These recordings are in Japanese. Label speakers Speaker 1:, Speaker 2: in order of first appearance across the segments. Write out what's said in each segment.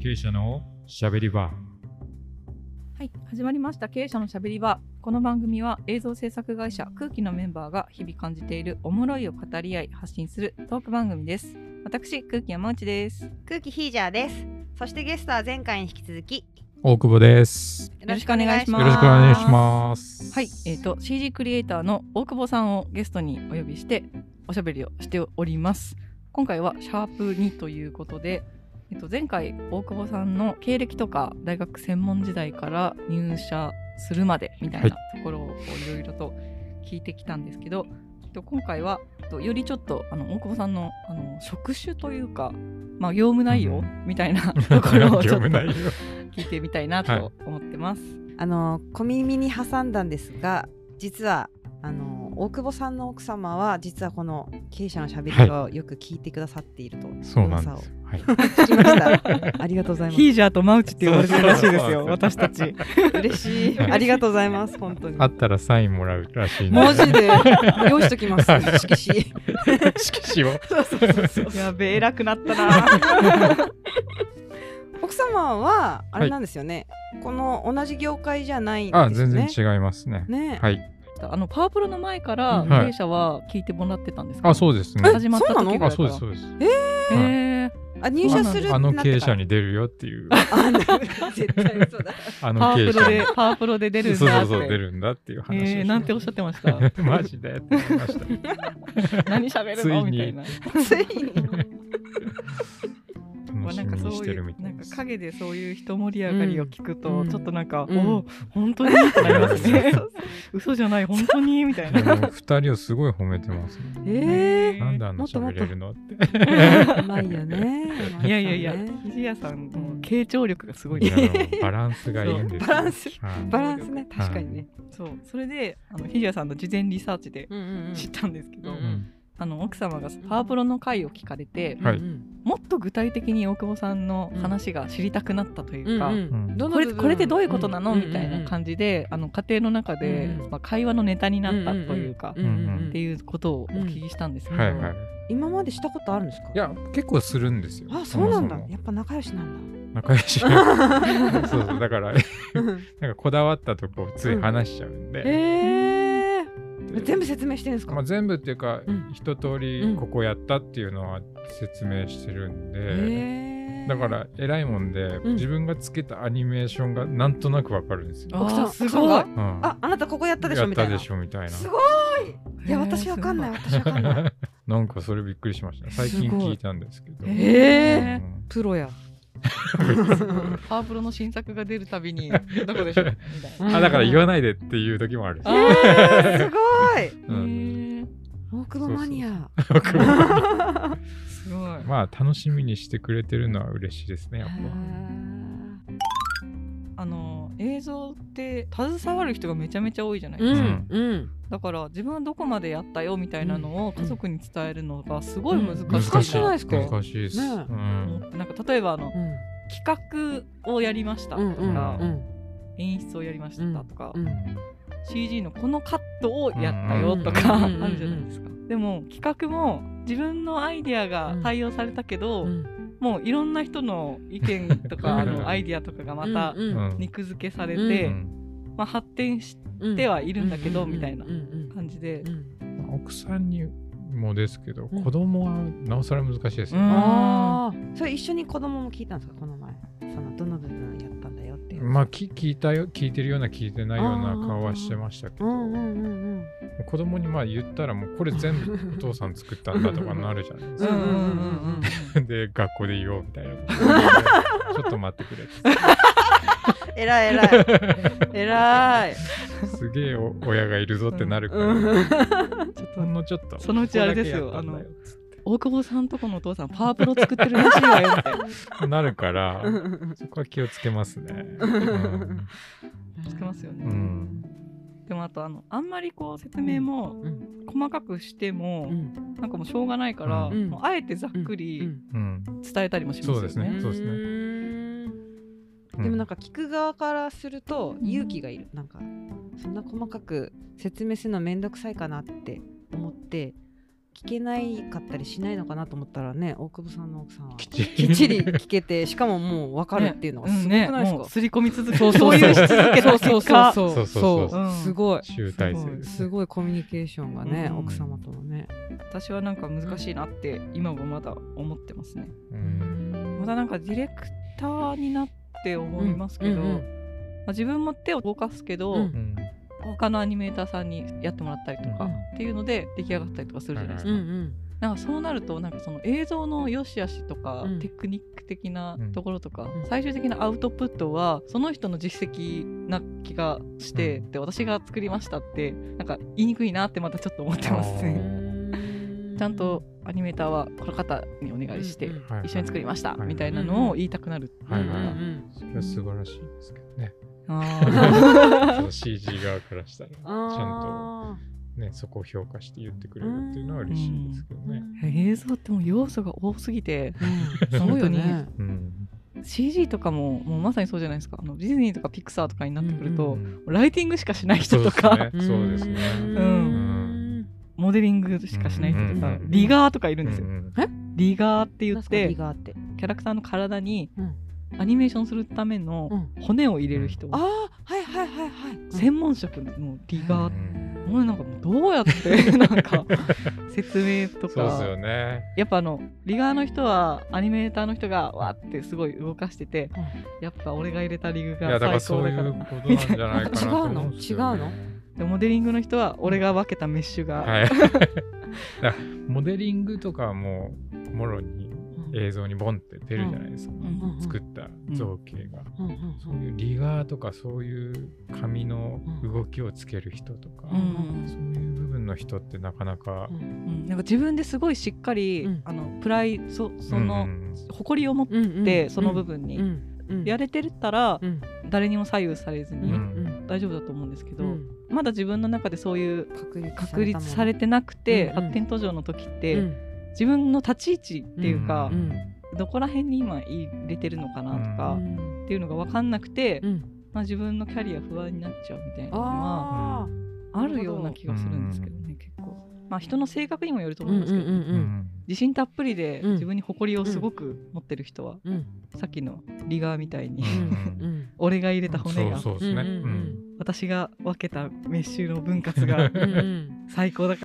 Speaker 1: 経営者のしゃべり場
Speaker 2: はい、始まりました経営者のしゃべり場この番組は映像制作会社空気のメンバーが日々感じているおもろいを語り合い発信するトーク番組です私空気山内ですよ
Speaker 3: 空気ヒージャーです。そしてゲストは前回に引き続きよ
Speaker 4: 大久保です。
Speaker 2: ろしくお願いします
Speaker 4: よろしくお願いします。
Speaker 2: はい、え っ、と CG クリエイターの大久保さんをゲストにお呼びしておしゃべりをしております今回はシャープ2ということでえっと、前回大久保さんの経歴とか大学専門時代から入社するまでみたいな
Speaker 4: はい
Speaker 2: ところをいろいろと聞いてきたんですけど、えっと、今回はえっとよりちょっとあの大久保さんのあの職種というか、まあ、業務内容みた いなところをちょ
Speaker 4: 業
Speaker 2: っと
Speaker 4: 務内容
Speaker 2: 聞いてみたいなと思ってます。
Speaker 3: あの小耳に挟んだんですが、実はあの大久保さんの奥様は実はこの経営者のしゃべりをよく聞いてくださっていると、
Speaker 4: そうなんですよ。はい。
Speaker 3: 聞きました。ありがとうござい
Speaker 2: ヒージャーとマウチって呼ばれてるらしいですよ、
Speaker 4: そうそう
Speaker 2: 私
Speaker 4: そう
Speaker 2: た ち。
Speaker 3: ます。 嬉しい。ありがとうございます。本当に。
Speaker 4: あったらサインもらうらしいの
Speaker 3: 文
Speaker 4: で。
Speaker 3: 字で用意しときます。色紙。
Speaker 4: 色紙を。
Speaker 3: そうそうそうそう。
Speaker 2: やべえ、偉くなったな。
Speaker 3: 奥様はあれなんですよね。この同じ業界じゃないんですよね。
Speaker 4: あ、全然違いますね。
Speaker 3: ね。
Speaker 4: はい。
Speaker 2: あのパワープロの前から
Speaker 4: はい
Speaker 2: 弊社は聞いてもらってたんですか、
Speaker 4: あ、そうですね。
Speaker 2: 始まった時ぐらいから
Speaker 4: あ、そうです、そうです。
Speaker 2: へ
Speaker 4: はい
Speaker 2: え
Speaker 3: あ入社するってなってから
Speaker 4: あの経営者に出るよっていう。
Speaker 3: あな絶対そうだ。
Speaker 4: あ
Speaker 2: パ
Speaker 4: の
Speaker 2: ワ
Speaker 4: 経営
Speaker 2: ープロ
Speaker 4: 者に
Speaker 2: で。パワープロで出るん
Speaker 4: そうそ
Speaker 2: だっ
Speaker 4: う
Speaker 2: て
Speaker 4: そう、出るんだっていう話をし
Speaker 2: え
Speaker 4: て
Speaker 2: ー、なんておっしゃってまし た
Speaker 4: マジでって思いました。
Speaker 2: 何喋るの
Speaker 4: ついに
Speaker 2: みたいな
Speaker 3: ついに。
Speaker 4: 楽しみにしてるみた
Speaker 2: ないんか
Speaker 4: です。
Speaker 2: 陰でそういう人盛り上がりを聞くと、
Speaker 3: うん
Speaker 2: ちょっとなんか、
Speaker 3: うん
Speaker 2: おお本当にってなり ますね
Speaker 4: う
Speaker 2: 嘘じゃない本当にみた いな
Speaker 4: でも二人をすごい褒めてますね。
Speaker 3: ええ
Speaker 4: なんであんな
Speaker 3: もっともっ
Speaker 4: 喋
Speaker 3: と
Speaker 4: れるのって。
Speaker 3: ー。う まいよね。
Speaker 2: いやいやいや
Speaker 3: うまよね
Speaker 2: 肘屋さんの傾聴力がすごい
Speaker 4: い
Speaker 2: ね
Speaker 4: やでもバランスがいいんですよ。
Speaker 3: バランス。
Speaker 4: はい
Speaker 3: バランスね、確かにね。
Speaker 2: そうそれであの肘屋さんの事前リサーチで
Speaker 3: うんうん
Speaker 2: 知ったんですけど、
Speaker 3: うん
Speaker 4: うん
Speaker 2: あの奥様がパワープロの回を聞かれて、
Speaker 4: はい
Speaker 2: もっと具体的に大久保さんの話が知りたくなったというか、
Speaker 4: うん
Speaker 2: これこれってどういうことなの、みたいな感じであの家庭の中で、
Speaker 3: うんうん
Speaker 2: まあ、会話のネタに
Speaker 3: じ
Speaker 2: なったというか、っていうことをお聞きしたんですけど、
Speaker 4: はいはい。
Speaker 3: 今までしたことあるんですか。
Speaker 4: いや、結構するんですよ。
Speaker 3: あ、そうなんだ
Speaker 4: も。そも
Speaker 3: やっぱ仲良しなん
Speaker 4: 仲良し。そう そう、だから、
Speaker 3: だ。
Speaker 4: なんかこだわったとこ、つい話しちゃうん
Speaker 3: え
Speaker 4: で。
Speaker 3: え
Speaker 4: で
Speaker 3: ー。全部説明してるんです
Speaker 4: ま
Speaker 3: か
Speaker 4: あ、。全部っていうか、
Speaker 3: うん
Speaker 4: 一通りここやったっていうのは説明してるんで、
Speaker 3: え
Speaker 4: だから偉いもんで、
Speaker 3: ん
Speaker 4: 自分がつけたアニメーションがなんとなくわかるんですよ。
Speaker 3: 奥さん
Speaker 2: あー
Speaker 3: 奥さんが
Speaker 4: うん
Speaker 3: あ、あなたここやったでしょ
Speaker 4: やっ
Speaker 3: みた
Speaker 4: た
Speaker 3: いな。
Speaker 4: ですしょみたいな。
Speaker 3: ごい。いや、私わかんない。私わかん ない。
Speaker 4: なんかそれびっくりしました。最近聞いたんですけど。
Speaker 2: え
Speaker 3: え
Speaker 4: うん
Speaker 3: プロ や。
Speaker 2: パワープロの新作が出るたびにどこでしょうみたいな。
Speaker 4: あだから言わないでっていう時もある。
Speaker 2: あ
Speaker 3: えーすごい。
Speaker 4: う
Speaker 2: ー
Speaker 4: ん
Speaker 2: へー
Speaker 3: 大久保マニア。
Speaker 4: 僕も
Speaker 2: すごい。
Speaker 4: まあ楽しみにしてくれてるのは嬉しいですねやっ
Speaker 2: あの映像って携わる人がめちゃめちゃ多いじゃないです
Speaker 3: う
Speaker 2: か、
Speaker 3: んうん
Speaker 2: だから自分はどこまでやったよみたいなのを
Speaker 3: うん
Speaker 2: 家族に伝えるのがすごい難しい
Speaker 4: ぱ。
Speaker 2: な
Speaker 3: 難しくないですか
Speaker 4: 難しいです。
Speaker 3: ね
Speaker 4: う
Speaker 2: と思
Speaker 4: ん
Speaker 2: ってなんか例えばあの
Speaker 3: うん
Speaker 2: 企画をやりましたと
Speaker 3: うんうん
Speaker 2: か、
Speaker 3: うん
Speaker 2: 演出をやりましたとか、
Speaker 3: うん
Speaker 2: CG のこのカットをやったよとか、
Speaker 3: うんうん
Speaker 2: あるじゃないですか、でも企画も自分のアイデアが採用されたけど、
Speaker 3: うん
Speaker 2: もういろんな人の意見とかあのアイデアとかがまた
Speaker 3: うん
Speaker 4: うん
Speaker 2: 肉付けされ
Speaker 3: うん
Speaker 2: て、
Speaker 4: うん
Speaker 2: まあ、発展し
Speaker 3: うん
Speaker 2: てはいるんだけど、
Speaker 3: うう
Speaker 2: みたいな
Speaker 3: うんうん
Speaker 2: 感じで
Speaker 3: う、ん
Speaker 4: 奥さんにもですけど
Speaker 3: うん
Speaker 4: 子供はなおさら難しいです
Speaker 2: う
Speaker 4: よ。
Speaker 2: ん
Speaker 3: ああそれ一緒に子供も聞いたんですかこの前そのどの部分やったんだよっていう
Speaker 4: まあき聞いたよ聞いてるような聞いてないような顔はしてましたけど
Speaker 3: うんうんうん
Speaker 4: 子供にまあ言ったらもうこれ全部 お父さん作ったんだとかなるじゃないです
Speaker 2: う
Speaker 4: か
Speaker 2: んうんう ん
Speaker 4: で学校で言おうみたいなこ とちょっと待ってくれって
Speaker 3: えらいえらいえらい
Speaker 4: すげえお親がいるぞってなるから、ちょっとほんのちょっと
Speaker 2: そのうちあれですよ
Speaker 4: ここだけやったんだ
Speaker 2: 大久保さんとこのお父さんパワープロ作ってるらしいわよみたいな
Speaker 4: なるからそこは気をつけますね、うん
Speaker 2: つけますよね、
Speaker 4: うん
Speaker 2: でもあとあのあんまりこう説明も
Speaker 3: うん
Speaker 2: 細かくしても
Speaker 3: う、ん
Speaker 2: なんかもうしょうがないから、
Speaker 3: うん
Speaker 2: もうあえてざっくり
Speaker 4: うん
Speaker 2: 伝えたりもしますよ
Speaker 4: そ
Speaker 2: ね。
Speaker 4: うですねそうですね
Speaker 3: ね
Speaker 4: うん
Speaker 3: でもなんか聞く側からすると勇気がいる、なんかそんな細かく説明するのめんどくさいかなって思って聞けないかったりしないのかなと思ったらね大久保さんの奥さんはき
Speaker 4: きっ
Speaker 3: っちり聞けてしかももう分かるっていうのがすごくないですか、
Speaker 2: もう刷り込み続け
Speaker 3: そう
Speaker 2: そ
Speaker 3: そうう
Speaker 2: い
Speaker 3: そう
Speaker 2: し
Speaker 3: う
Speaker 2: 続けた
Speaker 3: そう
Speaker 2: 結
Speaker 3: そう
Speaker 2: 果
Speaker 3: そうそ
Speaker 4: そう
Speaker 3: う
Speaker 4: そう
Speaker 2: そう
Speaker 3: すごい
Speaker 4: 集大成です
Speaker 3: すごいコミュニケーションがね、
Speaker 2: うん
Speaker 3: 奥様とのね
Speaker 2: 私はなんか難しいなって今もまだ思ってますね
Speaker 4: うん
Speaker 2: まだなんかディレクターになって思いますけど、
Speaker 3: うんうんう
Speaker 2: ま
Speaker 3: ん
Speaker 2: あ、自分も手を動かすけど、
Speaker 3: うん
Speaker 4: うん
Speaker 2: 他のアニメーターさんにやってもらったりとか、
Speaker 4: うん
Speaker 2: っていうので出来上がったりとかするじゃないです
Speaker 3: う
Speaker 2: か、
Speaker 3: んうん
Speaker 2: なんかそうなるとなんかその映像の良し悪しとか、
Speaker 3: うん
Speaker 2: テクニック的なところとか、
Speaker 3: ん
Speaker 2: 最終的なアウトプットはその人の実績な気がして、
Speaker 4: うん
Speaker 2: で私が作りましたってなんか言いにくいなってまたちょっと思ってます
Speaker 4: う
Speaker 2: ね。
Speaker 3: ん
Speaker 2: ちゃんとアニメーターはこの方にお願いして、
Speaker 3: うんうん
Speaker 4: はい
Speaker 2: 一緒に作りました、
Speaker 4: はい
Speaker 2: みたいなのを言いたくなる。
Speaker 4: はいはい
Speaker 3: うんうん
Speaker 4: それは素晴らしいですけどね
Speaker 2: あ
Speaker 4: その CG 側からしたらち
Speaker 3: うんあー
Speaker 4: ゃんとねそこを評価して言ってくれるっていうのは嬉しいですけどね
Speaker 2: ー映像ってもう要素が多すぎて
Speaker 3: うん
Speaker 2: すごいよね
Speaker 3: 本
Speaker 2: CG とかももうまさにそうじゃないですかあのディズニーとかピクサーとかになってくると、
Speaker 4: う
Speaker 3: うん
Speaker 4: ん
Speaker 2: ライティングしかしない
Speaker 4: そう
Speaker 2: 人
Speaker 4: で
Speaker 2: と
Speaker 4: す
Speaker 2: か、
Speaker 4: ね
Speaker 3: 当
Speaker 4: そうですね
Speaker 3: うん
Speaker 2: モデリングしかしない人とか、
Speaker 4: うんうんうん
Speaker 2: リガーとかいるん
Speaker 4: う
Speaker 2: ですよ、
Speaker 4: ん
Speaker 2: リガーって言
Speaker 3: 言
Speaker 2: っ
Speaker 3: って
Speaker 2: て
Speaker 3: があって
Speaker 2: キャラクターの体に
Speaker 3: うん
Speaker 2: アニメーションするための
Speaker 3: うん
Speaker 2: 骨を入れる人、
Speaker 3: ああはいはいはいはい
Speaker 2: 専門職のリ
Speaker 4: う
Speaker 2: ガー、
Speaker 4: ん
Speaker 2: もうなんかもうどうやっ てなんか説明と
Speaker 4: そうです
Speaker 2: か、
Speaker 4: よね
Speaker 2: やっぱあのリガーの人はアニメーターの人がわーってすごい動かしててやっぱ俺が入れたリグ
Speaker 4: いや
Speaker 2: が
Speaker 4: だから
Speaker 2: 最
Speaker 4: そ
Speaker 2: 高
Speaker 4: う
Speaker 2: だ
Speaker 4: い
Speaker 2: から
Speaker 4: うことなんじゃないかなと思うんですよね
Speaker 3: 違うの違
Speaker 2: でモデリングの人は俺が分けたメッシュが、
Speaker 4: はい。だからモデリングとかはもうもろに映像にボンって出るじゃないですか、
Speaker 2: うん
Speaker 3: うん
Speaker 4: 作った造形が、
Speaker 3: うんうんうん
Speaker 4: そういうリガーとかそういう紙の動きをつける人とか、
Speaker 2: うん
Speaker 4: そういう部分の人ってなかなか、
Speaker 3: うん
Speaker 2: うんなんか自分ですごいしっかり、
Speaker 3: うん
Speaker 2: あのプライそその、
Speaker 4: うん
Speaker 2: 誇りを持っ
Speaker 3: うん
Speaker 2: て、その部分
Speaker 3: う
Speaker 2: に
Speaker 3: んうん
Speaker 2: やれてるったら、
Speaker 3: うん
Speaker 2: 誰にも左右されず
Speaker 4: う
Speaker 2: に
Speaker 4: ん
Speaker 2: 大丈夫だと思うんですけど、
Speaker 3: うん
Speaker 2: まだ自分の中でそういう
Speaker 3: 確立
Speaker 2: 確立されてなくて、
Speaker 3: うん
Speaker 2: 発展途上の時って、
Speaker 3: うん
Speaker 2: 自分の立ち位置っていうか
Speaker 4: う、ん
Speaker 2: どこら辺に今入れてるのかなと
Speaker 3: う
Speaker 2: か、
Speaker 3: ん
Speaker 2: っていうのが分かんなくて、
Speaker 3: うん
Speaker 2: まあ、自分のキャリア不安になっちゃうみたいなのは
Speaker 3: あー
Speaker 2: あるような気がするんですけどね、結構。まあ、人の性格にもよると思うんですけど、
Speaker 4: うん
Speaker 2: 自信たっぷりで
Speaker 3: うん
Speaker 2: 自分に誇りをすごく持ってる人は、
Speaker 3: うんうん
Speaker 2: さっきのリガーみたいに、
Speaker 4: うん
Speaker 3: うん
Speaker 2: 俺が入れた骨が
Speaker 4: そうそうですね、
Speaker 3: うんうんうん
Speaker 2: 私が分けたメッシュの分割が
Speaker 3: うんうん
Speaker 2: 最高だか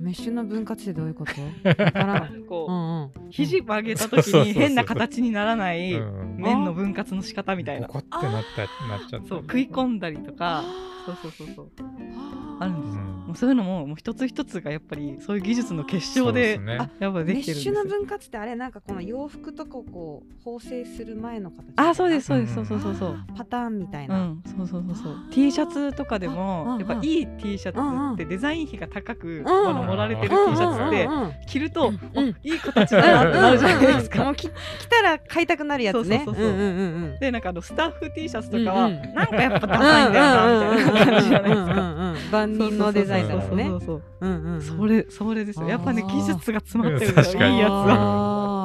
Speaker 3: メッシュの分割ってどういうことわかららない
Speaker 2: こ
Speaker 3: うんうん
Speaker 2: う肘曲げた
Speaker 4: そう
Speaker 2: 時
Speaker 4: そうそうそう
Speaker 2: に変な形にならない
Speaker 4: うん
Speaker 2: 麺の分割の仕方みたいな
Speaker 4: ボコってなったなっちゃったり
Speaker 2: そう食い込んだりとか
Speaker 3: あ
Speaker 2: そう
Speaker 3: ー
Speaker 2: そうそうそう
Speaker 3: あ
Speaker 2: あるんですよもうそういうのももう一つ一つがやっぱりそういう技術の結
Speaker 4: そ
Speaker 2: 晶
Speaker 4: うで
Speaker 2: です
Speaker 4: ね
Speaker 3: あ
Speaker 2: やっぱ
Speaker 3: メ
Speaker 2: で
Speaker 3: ッ
Speaker 2: きてるんです
Speaker 3: シュ
Speaker 2: よ
Speaker 3: の分割ってあれなんかこの洋服とかをこう縫製する前の形
Speaker 2: あそうですそ
Speaker 3: あ
Speaker 2: うですそう
Speaker 4: うん
Speaker 2: そうそうそう
Speaker 3: パターンみたいうな、
Speaker 2: んそうそうそうそう
Speaker 3: あー
Speaker 2: T シャツとかでも
Speaker 3: あ
Speaker 2: やっぱ
Speaker 3: うん
Speaker 2: いい T シャツってデザイン費が高くあの
Speaker 3: うん
Speaker 2: 盛られてる T
Speaker 4: うんうんうん
Speaker 2: シャツって
Speaker 3: うんうんうん
Speaker 2: 着ると、
Speaker 3: うん
Speaker 2: あいい形だなってなるじゃないです
Speaker 3: うんうんうんも
Speaker 2: か
Speaker 3: う。き来たら買いたくなるやつね
Speaker 2: そうそうそうそうん
Speaker 3: んうんうん
Speaker 2: でなんかあのスタッフ T シャツとかは、
Speaker 3: うんうん
Speaker 2: なんかやっぱダサいんだよなみたいな感じじゃないですか。
Speaker 3: すか。万人のデザインですね
Speaker 2: そう。そうそう
Speaker 3: うんうんうん
Speaker 2: そうそれそれですよ。やっぱね
Speaker 3: あー
Speaker 2: 技術が詰まってるん
Speaker 4: うん
Speaker 2: で
Speaker 4: 確
Speaker 2: すよ
Speaker 4: かに
Speaker 2: いいやつは。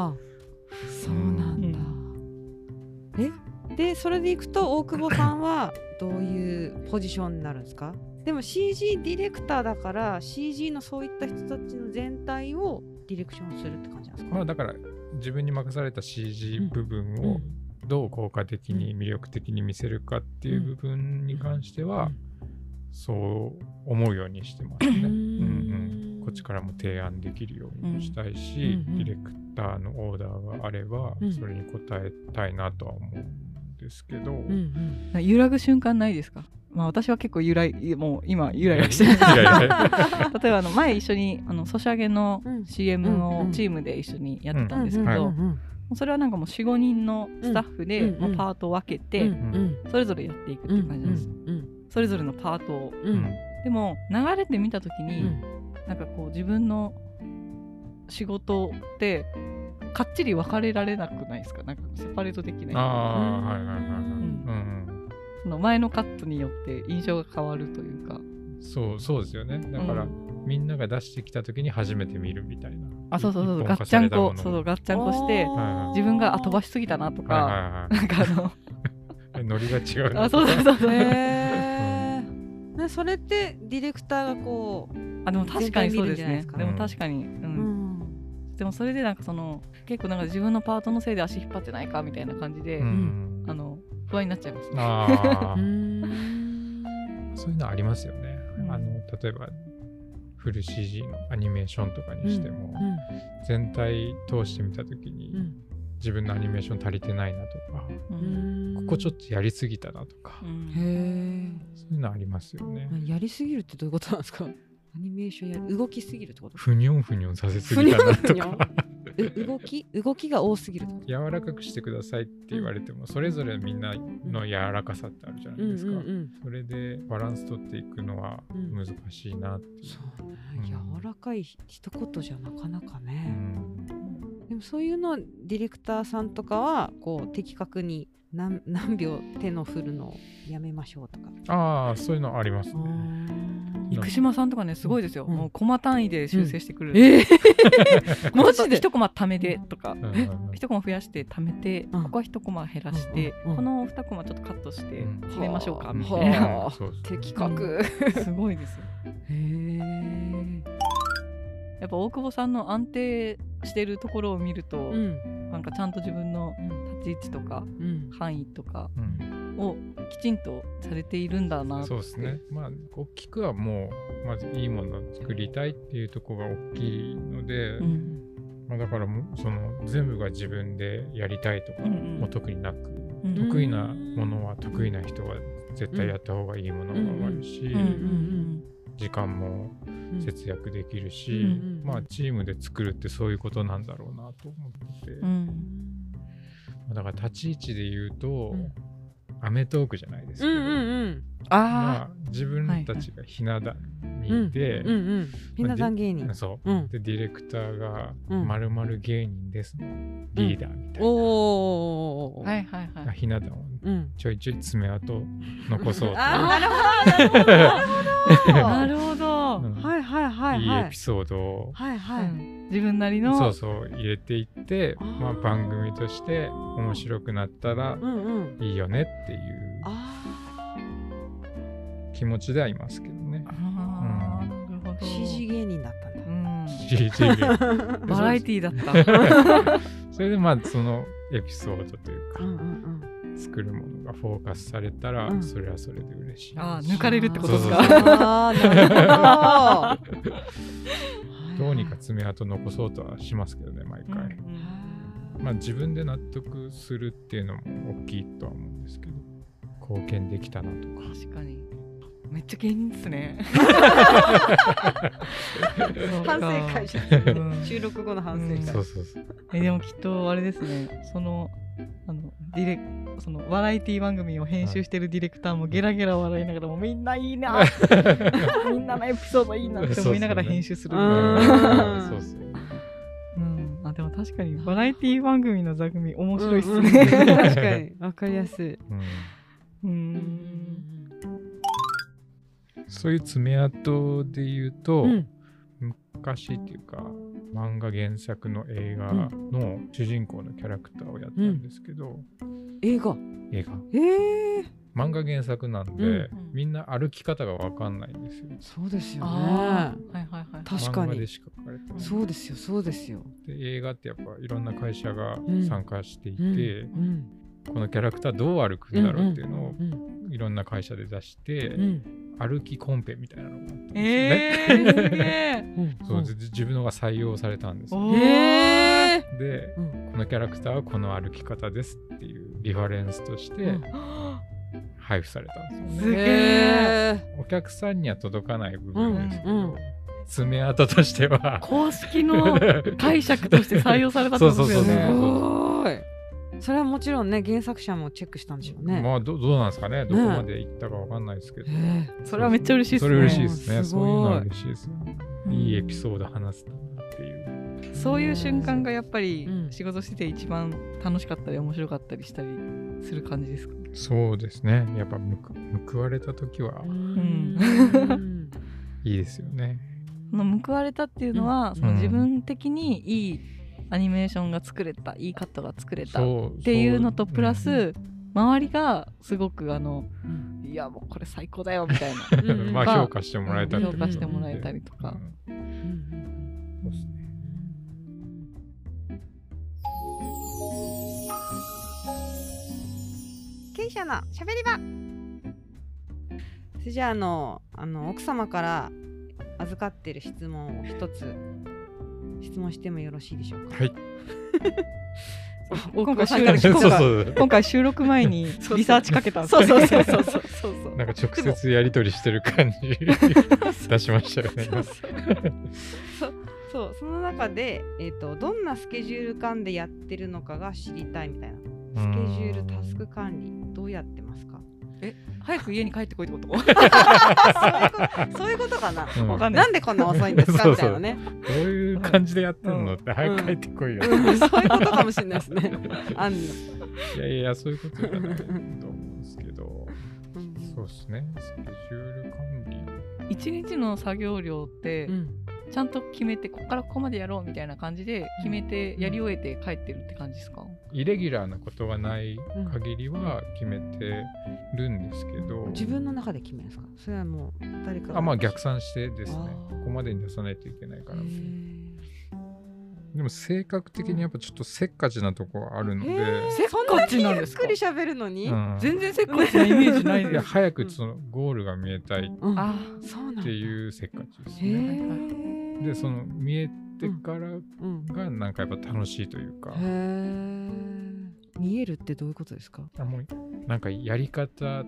Speaker 3: あーそうなんだ。えでそれでいくと大久保さ んはどういうポジションになるんですかでも CG ディレクターだから CG のそういった人たちの全体をディレクションするって感じなんですか
Speaker 4: まあだから自分に任された CG 部分
Speaker 3: うん
Speaker 4: をどう効果的に魅力的に見せるかっていう部分に関してはそう思うようにしてますね。
Speaker 3: う
Speaker 4: うんんうん、こっちからも提案できるようにもしたいし、
Speaker 3: うんうん
Speaker 4: ディレクターのオーダーがあれば
Speaker 3: うん
Speaker 4: それに応えたいなとは思うんですけど。
Speaker 3: うんうん
Speaker 2: 揺らぐ瞬間ないですか。まあ私は結構揺らいもう今揺ら揺らして
Speaker 4: い
Speaker 2: る
Speaker 4: や
Speaker 2: んですけ
Speaker 4: い
Speaker 2: ど
Speaker 4: やいや
Speaker 2: 例えばあの前一緒にあのソシャゲの
Speaker 3: うん
Speaker 2: CM
Speaker 3: う
Speaker 2: を
Speaker 3: ん
Speaker 2: チームで一緒にやってたんです
Speaker 3: う
Speaker 2: け
Speaker 3: ん
Speaker 2: ど、
Speaker 3: う
Speaker 2: も
Speaker 3: ん
Speaker 2: うそれはなんかもう45人のスタッフで、
Speaker 3: うん
Speaker 2: まあパートを分けて、
Speaker 3: うん
Speaker 2: それぞれやっていくって
Speaker 3: うんうんう
Speaker 2: い
Speaker 3: ん
Speaker 2: う感じなんです、
Speaker 3: うん
Speaker 2: それぞれのパートを
Speaker 3: うんうん
Speaker 2: でも流れて見た時に、
Speaker 3: うん
Speaker 2: なんかこう自分の仕事ってかっちり分かれられなくないですかなんかセパレートできない
Speaker 4: ああはいはいはいはい。うん
Speaker 2: その前のカットによって印象が変わるというか
Speaker 4: うん、そうそうですよね。だから、
Speaker 2: うん
Speaker 4: みんなが出してきた時に初めて見るみたいな。
Speaker 2: あそうそうそう
Speaker 4: 一
Speaker 2: ガ
Speaker 4: 本
Speaker 2: ッ
Speaker 4: 化
Speaker 2: チ
Speaker 4: さ
Speaker 2: ャン
Speaker 4: れたも
Speaker 2: コ
Speaker 4: の
Speaker 2: そうそうガッチャンコし
Speaker 4: は
Speaker 2: て
Speaker 4: いはい
Speaker 2: 自分があ飛ばしすぎたなとか、
Speaker 4: はいはいはい。
Speaker 2: なん かあの
Speaker 4: えノリが違うな
Speaker 2: あそうそうそうそう、
Speaker 3: へえ。ね、それってディレクターがこう
Speaker 2: あでも確かにそうですね
Speaker 3: 全体見るんじゃないですか
Speaker 2: でも確かに、うん
Speaker 3: うん
Speaker 2: でもそれでなんかその結構なんか自分のパートのせいで足引っ張ってないかみたいな感じで、
Speaker 4: うん
Speaker 2: あの不安になっちゃいますね。
Speaker 4: あ
Speaker 3: う
Speaker 4: ー
Speaker 3: ん
Speaker 4: そういうのありますよね。
Speaker 2: うん
Speaker 4: あの例えばフル CG のアニメーションとかにしても、
Speaker 3: うん
Speaker 4: 全体通してみた時に、
Speaker 3: うん
Speaker 4: 自分のアニメーション足りてないなとか、
Speaker 2: う
Speaker 3: うんん
Speaker 4: ここちょっとやりすぎたなとか、
Speaker 2: うん
Speaker 3: へ
Speaker 4: そういうのありますよね。
Speaker 3: えやりすぎるってどういうことなんですか アニメーションやる動きすぎるってこと
Speaker 4: ふにょんふにょんさせすぎたな
Speaker 3: ふ
Speaker 4: と
Speaker 3: にょんふにょ
Speaker 4: か
Speaker 3: んう動き動きが多すぎるってこと
Speaker 4: 柔らかくしてくださいって言われてもそれぞれみんなの柔らかさってあるじゃな
Speaker 3: う
Speaker 4: い
Speaker 3: ん
Speaker 4: で
Speaker 3: う
Speaker 4: す
Speaker 3: ん
Speaker 4: か、
Speaker 3: うん
Speaker 4: それでバランス取っていくのは
Speaker 3: うん
Speaker 4: 難しいなっていう
Speaker 3: そうね
Speaker 4: うん
Speaker 3: 柔らかい一言じゃなかなか
Speaker 4: う
Speaker 3: ね、
Speaker 4: ん
Speaker 3: でもそういうのをディレクターさんとかはこう的確に何何秒手の振るのをやめましょうとか
Speaker 4: ああそういうのありますね
Speaker 3: い
Speaker 4: ん
Speaker 2: 生島さんとかねすごいですよ、
Speaker 3: うん
Speaker 2: もうコマ単位で修正してくる、
Speaker 3: えー、
Speaker 2: マジで一コマ貯めてとか
Speaker 4: うんうん
Speaker 2: 一コマ増やして貯めて、
Speaker 3: うん
Speaker 2: ここは一コマ減らして、
Speaker 3: うんうん
Speaker 2: この二コマちょっとカットして
Speaker 4: うん
Speaker 2: 決めましょうか
Speaker 3: はあ
Speaker 2: み
Speaker 4: う
Speaker 2: たい
Speaker 4: ん
Speaker 2: な、
Speaker 3: はあ
Speaker 4: そうそう
Speaker 3: 的
Speaker 2: 確 すごいですよ
Speaker 3: へえ
Speaker 2: やっぱ大久保さんの安定してるところを見ると、
Speaker 3: うん
Speaker 2: なんかちゃんと自分の
Speaker 3: うん
Speaker 2: 立ち位置とか
Speaker 3: うん
Speaker 2: 範囲とか
Speaker 4: うん
Speaker 2: をきちんとされているんだな
Speaker 4: そうですねまあ大きくはもうまずいいものを作りたいっていうところが大きいので、
Speaker 2: うん
Speaker 4: まあ、だからもうその全部が自分でやりたいとか
Speaker 2: うんうん
Speaker 4: も特になく、
Speaker 2: うん
Speaker 3: 得
Speaker 4: 得意なものは得意な人は絶対やった方がいいものが終わるし、
Speaker 2: うんうん
Speaker 4: 時間も
Speaker 3: うん
Speaker 4: 節約できるし、
Speaker 2: うん
Speaker 3: うん
Speaker 4: まあチームで作るってそういうことなんだろうなと思って、
Speaker 2: うんう
Speaker 4: ま
Speaker 2: ん
Speaker 4: あだから立ち位置で言うと、
Speaker 3: うん
Speaker 4: アメトークじゃないです
Speaker 3: う
Speaker 4: けど、
Speaker 3: んうん
Speaker 4: ま
Speaker 3: あ
Speaker 4: あ、自分たちがひな壇にいて、
Speaker 3: あうんうんみんな残芸人
Speaker 4: そう
Speaker 3: うん
Speaker 4: でディレクターが「
Speaker 3: うん
Speaker 4: まる芸人ですの」リーダーみたいな、
Speaker 3: おお
Speaker 2: はいはいは
Speaker 4: が
Speaker 2: い
Speaker 4: ひな壇を
Speaker 3: うん
Speaker 4: ちょいちょい爪痕残そうという
Speaker 3: あー
Speaker 2: な
Speaker 3: なる
Speaker 2: るほど、
Speaker 4: うん
Speaker 3: ほどはいはいはい
Speaker 4: いいエ
Speaker 3: はい
Speaker 4: ピソードを
Speaker 3: はいは
Speaker 2: う
Speaker 3: い
Speaker 2: ん自分なりの
Speaker 4: そうそう入れていって
Speaker 3: あー
Speaker 4: まあ、番組として面白くなったら
Speaker 3: うんうん
Speaker 4: いいよねっていう
Speaker 3: あ
Speaker 4: 気持ちではいますけどね。
Speaker 2: あーなるほ
Speaker 3: あ
Speaker 2: ど
Speaker 3: CG 芸人だったんだ
Speaker 2: うん、
Speaker 4: CGV
Speaker 2: バラエティーだった。
Speaker 4: それでまあそのエピソードというか、
Speaker 3: うんうん
Speaker 4: 作るものがフォーカスされたら、
Speaker 3: うん
Speaker 4: それはそれで嬉しい。
Speaker 2: ああ抜かれるってことです
Speaker 4: そうそう
Speaker 2: か。
Speaker 3: かあー なるほど
Speaker 4: どうにか爪痕残そうとはしますけどね毎
Speaker 2: うん
Speaker 4: 回。まあ自分で納得するっていうのも大きいとは思うんですけど貢献できたなとか。
Speaker 2: 確かに。めっちゃ芸人ですね。
Speaker 3: 反省会じゃ
Speaker 2: うん
Speaker 3: ん収録後の反
Speaker 2: う
Speaker 3: 省
Speaker 2: ん
Speaker 3: 会
Speaker 4: そうそう そう。
Speaker 2: えでもきっとあれですね。そのあのディレそのバラエティ番組を編集してるディレクターもゲラゲラ笑いながらもみんないいなみんなのエピソードいいなって思いながら編集する。
Speaker 3: そう
Speaker 2: う
Speaker 3: ーん
Speaker 4: そうそう。
Speaker 2: ん。あでも確かにバラエティ番組の座組面白いっす
Speaker 3: うんうん
Speaker 2: ね。
Speaker 3: 確かにわかりやすい
Speaker 2: うん。
Speaker 4: そういう爪痕で言うと、
Speaker 3: うん
Speaker 4: 昔っていうか漫画原作の映画の主人公のキャラクターをやったんですけど、
Speaker 3: 映画
Speaker 4: 映画
Speaker 3: ええ
Speaker 4: 漫画原作なんで、
Speaker 3: うん
Speaker 2: うん
Speaker 4: みんな歩き方がわかんないんですよ
Speaker 3: そうですよね
Speaker 2: ああはいはいはい。
Speaker 3: 確か
Speaker 4: 漫画で
Speaker 3: に
Speaker 4: しか書かれてない
Speaker 3: そうですよそうですよ
Speaker 4: で映画ってやっぱいろんな会社が
Speaker 3: ん
Speaker 4: 参加していて、
Speaker 3: うん
Speaker 4: このキャラクターどう歩くんだろうっていうのを
Speaker 3: うん
Speaker 4: いろんな会社で出して、
Speaker 3: うん
Speaker 4: 歩きコンペみたいなのがあったんですよね、
Speaker 2: えー、すげえ。
Speaker 3: うん
Speaker 4: そうで自分のが採用されたんですよ
Speaker 2: お
Speaker 3: ええ
Speaker 4: で、
Speaker 3: うん
Speaker 4: このキャラクターはこの歩き方ですっていうリファレンスとして
Speaker 3: うん
Speaker 4: 配布されたんですよね、
Speaker 2: すげえ。
Speaker 4: お客さんには届かない部分ですけど、
Speaker 3: うんうん
Speaker 4: 爪痕としては
Speaker 2: 公式の解釈として採用されたってことですよ
Speaker 4: そうそう
Speaker 3: す
Speaker 4: そう
Speaker 2: ね。
Speaker 3: ごーいそれはもちろんね原作者もチェックしたんでしょうね、
Speaker 4: まあどどうなんですかねどこまで行ったかわかんないですけど、
Speaker 3: へ
Speaker 2: それはめっちゃ嬉しいですね。
Speaker 4: それ嬉しいです
Speaker 3: う
Speaker 4: ね
Speaker 3: んす
Speaker 4: そ
Speaker 3: ご
Speaker 4: う
Speaker 3: い
Speaker 4: いうのは嬉しいですよね
Speaker 2: うん
Speaker 4: いいエピソード話せたなっていう、
Speaker 2: そういう瞬間がやっぱり
Speaker 3: うん
Speaker 2: 仕事してて一番楽しかったり面白かったりしたりする感じですか。
Speaker 4: そうですねやっぱ報報われた時は
Speaker 3: ー
Speaker 2: ん
Speaker 4: いいですよね、
Speaker 2: その報われたっていうのは、
Speaker 3: うん
Speaker 2: その
Speaker 4: うん
Speaker 2: 自分的にいいアニメーションが作れた、いいカットが作れたっ
Speaker 4: そう
Speaker 2: ていうのとプラス、
Speaker 4: うん
Speaker 2: ま周りがすごくあの
Speaker 3: うん
Speaker 2: いやもうこれ最高だよみたいな
Speaker 3: うんうん
Speaker 4: ま
Speaker 2: ま
Speaker 4: あ
Speaker 2: あ
Speaker 4: 評価してもらえたり
Speaker 2: 評
Speaker 4: とか
Speaker 2: 価してもらえたりと
Speaker 4: う
Speaker 2: か、
Speaker 4: ん
Speaker 3: うんうん
Speaker 4: そうっすね
Speaker 3: 経営者のしゃべり場それじゃああのあの奥様から預かってる質問を一つ質問してもよろしいでしょうか
Speaker 4: はい。
Speaker 2: 今回
Speaker 3: さ
Speaker 2: 収
Speaker 3: んから
Speaker 2: 録
Speaker 4: そう
Speaker 3: 聞こ
Speaker 4: そう
Speaker 3: か
Speaker 4: そう。
Speaker 2: 今回収録前にリサーチかけたんです
Speaker 3: そ
Speaker 2: よ
Speaker 3: うそう
Speaker 2: ね
Speaker 3: そうそう そうそうそう
Speaker 4: なんか直接やり取りしてる感じ出しましたよね。
Speaker 3: そうそうその中で、えー、とどんなスケジュール感でやってるのかが知りたいみたいなスケジュールタスク管理どうやってますか
Speaker 2: 早く家に帰ってこいってこと
Speaker 3: そういうことそういうことかな
Speaker 4: うん
Speaker 2: わかんない
Speaker 3: なんでこんな遅いんですか
Speaker 4: そうそう
Speaker 3: みたいなね
Speaker 4: どういう感じでやってんのって早
Speaker 3: う
Speaker 4: く
Speaker 3: ん
Speaker 4: 帰ってこいよ。
Speaker 3: うんそういうことかもしれないですねあんの
Speaker 4: いやいやそういうことじゃないと思うんですけど。
Speaker 3: うん
Speaker 4: そうですね。スケジュール管
Speaker 2: 一日の作業量って
Speaker 3: うん
Speaker 2: ちゃんと決めてここからここまでやろうみたいな感じで決めてやり終えて帰ってるって感じですか、
Speaker 4: 理イレギュラーなことがない限りは決めてるんですけど。
Speaker 3: 自分の中で決めるんですかそれはもう誰かが
Speaker 4: あまあ逆算してですね
Speaker 3: あー
Speaker 4: ここまでに出さないといけないか
Speaker 3: へ
Speaker 4: ら
Speaker 3: ー
Speaker 4: でも性格的にやっぱちょっとせっかちなとこあるので、
Speaker 3: へー
Speaker 2: せっ
Speaker 3: そんな
Speaker 2: かち
Speaker 3: にゆ
Speaker 2: なん
Speaker 3: っ
Speaker 2: ですか
Speaker 3: くり喋るのに、
Speaker 4: うん
Speaker 2: 全然せっ
Speaker 3: か
Speaker 2: か
Speaker 3: ち
Speaker 2: ち
Speaker 3: な
Speaker 2: な
Speaker 3: イ
Speaker 2: イ
Speaker 3: メ
Speaker 2: メ
Speaker 3: ー
Speaker 2: ー
Speaker 3: ジ
Speaker 2: ジ
Speaker 3: な
Speaker 2: ないい
Speaker 3: です
Speaker 4: いや
Speaker 2: です
Speaker 4: 早くそのゴールが見えたいっ
Speaker 3: うん
Speaker 2: あ
Speaker 3: そうなんだ
Speaker 4: ていうせっかちです
Speaker 3: へ
Speaker 4: ね。
Speaker 3: ー
Speaker 4: でその見えてから
Speaker 3: うん
Speaker 4: がなんかやっぱ楽しいというか、
Speaker 3: へー見えるってどういうことですか
Speaker 4: あもうなんかやり方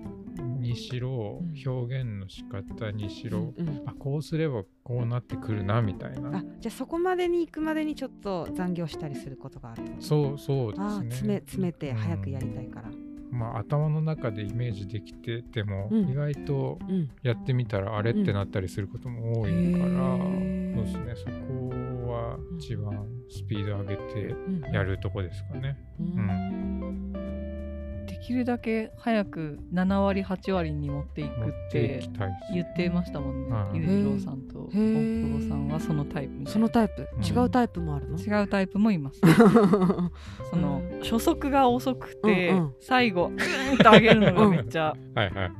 Speaker 4: にしろ
Speaker 3: うん
Speaker 4: 表現の仕方にし
Speaker 3: うん
Speaker 4: ろ、
Speaker 3: うん
Speaker 4: あこうすればこうなってくるなみたいな
Speaker 3: あじゃあそこまでに行くまでにちょっと残業したりすることがあるってこと
Speaker 4: そうそうですね
Speaker 3: ああ詰め詰めて
Speaker 4: うん
Speaker 3: 早くやりたいから、
Speaker 4: まあ、頭の中でイメージできてても、
Speaker 3: うん
Speaker 4: 意外と
Speaker 3: うん
Speaker 4: やってみたらあれってなったりすることも多いから、
Speaker 3: うん
Speaker 4: そうですねそこは一番スピード上げてやるとこですかね。
Speaker 3: うん
Speaker 2: できるだけ早く7割8割に持っていく
Speaker 4: 持っ
Speaker 2: って
Speaker 4: い
Speaker 2: て
Speaker 4: きたい
Speaker 2: 言ってましたもんね、
Speaker 4: はい
Speaker 2: ゆうじろうさんと大
Speaker 3: へー
Speaker 2: 久保さんはそのタイプみたいな
Speaker 3: そのタイプ、
Speaker 4: うん
Speaker 3: 違うタイプもあるの
Speaker 2: 違うタイプもいますその
Speaker 3: う
Speaker 2: 初速が遅くて、
Speaker 3: うんうん
Speaker 2: 最後グーンと上げるのがめっちゃ
Speaker 4: はいはいはい